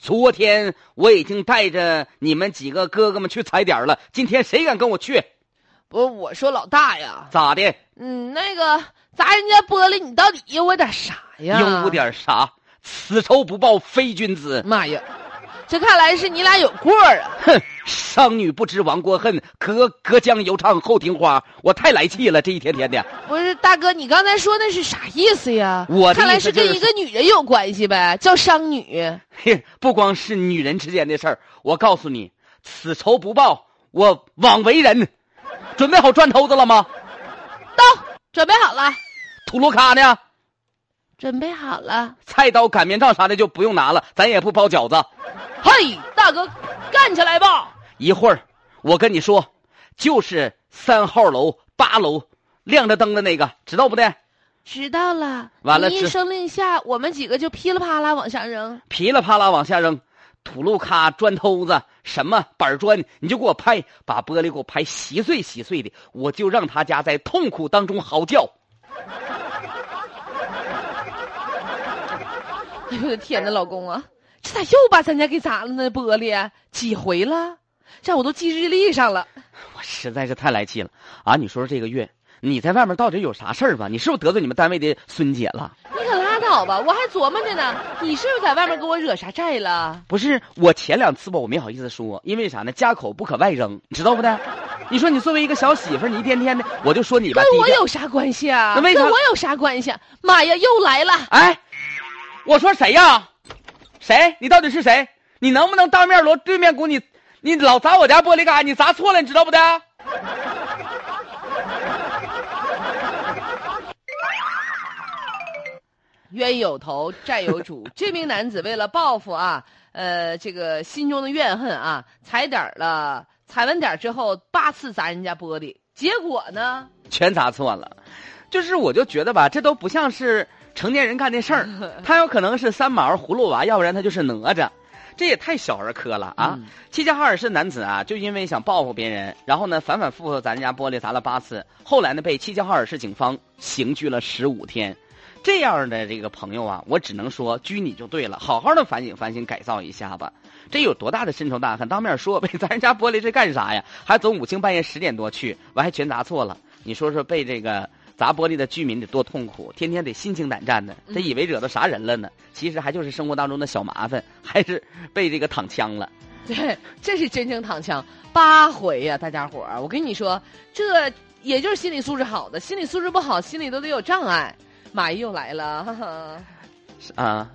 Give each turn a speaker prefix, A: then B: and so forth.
A: 昨天我已经带着你们几个哥哥们去踩点了，今天谁敢跟我去？
B: 不是我说老大呀，
A: 咋的？
B: 嗯，那个砸人家玻璃，你到底应我点啥呀？
A: 应付。点啥？此仇不报非君子。
B: 妈呀，这看来是你俩有过儿啊！
A: 哼，商女不知亡国恨，隔隔江犹唱后庭花。我太来气了，这一天天的。
B: 不是大哥，你刚才说那是啥意思呀？
A: 我的
B: 看来
A: 意思
B: 是
A: 就
B: 跟
A: 是
B: 一个女人有关系呗，叫商女。
A: 嘿，不光是女人之间的事儿，我告诉你，此仇不报，我枉为人。准备好砖头子了吗？
B: 到，准备好了，
A: 土鲁卡呢？
B: 准备好了。
A: 菜刀、擀面杖啥的就不用拿了，咱也不包饺子。
B: 嘿，大哥，干起来吧！
A: 一会儿我跟你说，就是三号楼八楼亮着灯的那个，知道不的？
B: 知道了。
A: 完了
B: 你一
A: 这
B: 声令下，我们几个就噼里啪啦往下扔。
A: 噼里啪啦往下扔，土路咔、砖头子、什么板砖，你就给我拍，把玻璃给我拍稀碎稀碎的，我就让他家在痛苦当中嚎叫。
B: 哎呦我的天呐，老公啊，这咋又把咱家给砸了呢？玻璃几回了？这我都记日历上了。
A: 我实在是太来气了啊！你说说这个月你在外面到底有啥事儿吧？你是不是得罪你们单位的孙姐了？
B: 你可拉倒吧，我还琢磨着呢，你是不是在外面给我惹啥债了？
A: 不是，我前两次吧，我没好意思说，因为啥呢？家口不可外扔，你知道不 的？你说你作为一个小媳妇儿，你一天天的，我就说你吧，
B: 跟
A: 低
B: 我
A: 调
B: 有啥关系啊？
A: 那为啥
B: 跟我有啥关系啊？妈呀，又来了！
A: 哎，我说谁呀？谁？你到底是谁？你能不能当面锣对面鼓？你你老砸我家玻璃干啥？你砸错了，你知道不的？
B: 冤有头，债有主。这名男子为了报复啊，呃，这个心中的怨恨啊，踩点儿了，踩完点儿之后八次砸人家玻璃，结果呢，
A: 全砸错了。就是我就觉得吧，这都不像是成年人干的事儿，他有可能是三毛、葫芦娃，要不然他就是哪吒。这也太小儿科了啊！
B: 嗯
A: 齐齐哈尔市男子啊，就因为想报复别人，然后呢反反复复咱家玻璃砸了八次，后来呢被齐齐哈尔市警方刑拘了十五天。这样的这个朋友啊，我只能说拘你就对了，好好的反省反省，改造一下吧。这有多大的深仇大恨？当面说呗， 咱家玻璃这干啥呀？还总五更半夜十点多去，完还全砸错了。你说说被这个砸玻璃的居民得多痛苦，天天得心惊胆战的。这以为惹到啥人了呢？其实还就是生活当中的小麻烦，还是被这个躺枪了。
B: 对，这是真正躺枪八回呀、大家伙儿，我跟你说，这也就是心理素质好的，心理素质不好，心里都得有障碍。马姨又来了，哈哈。
A: 是啊，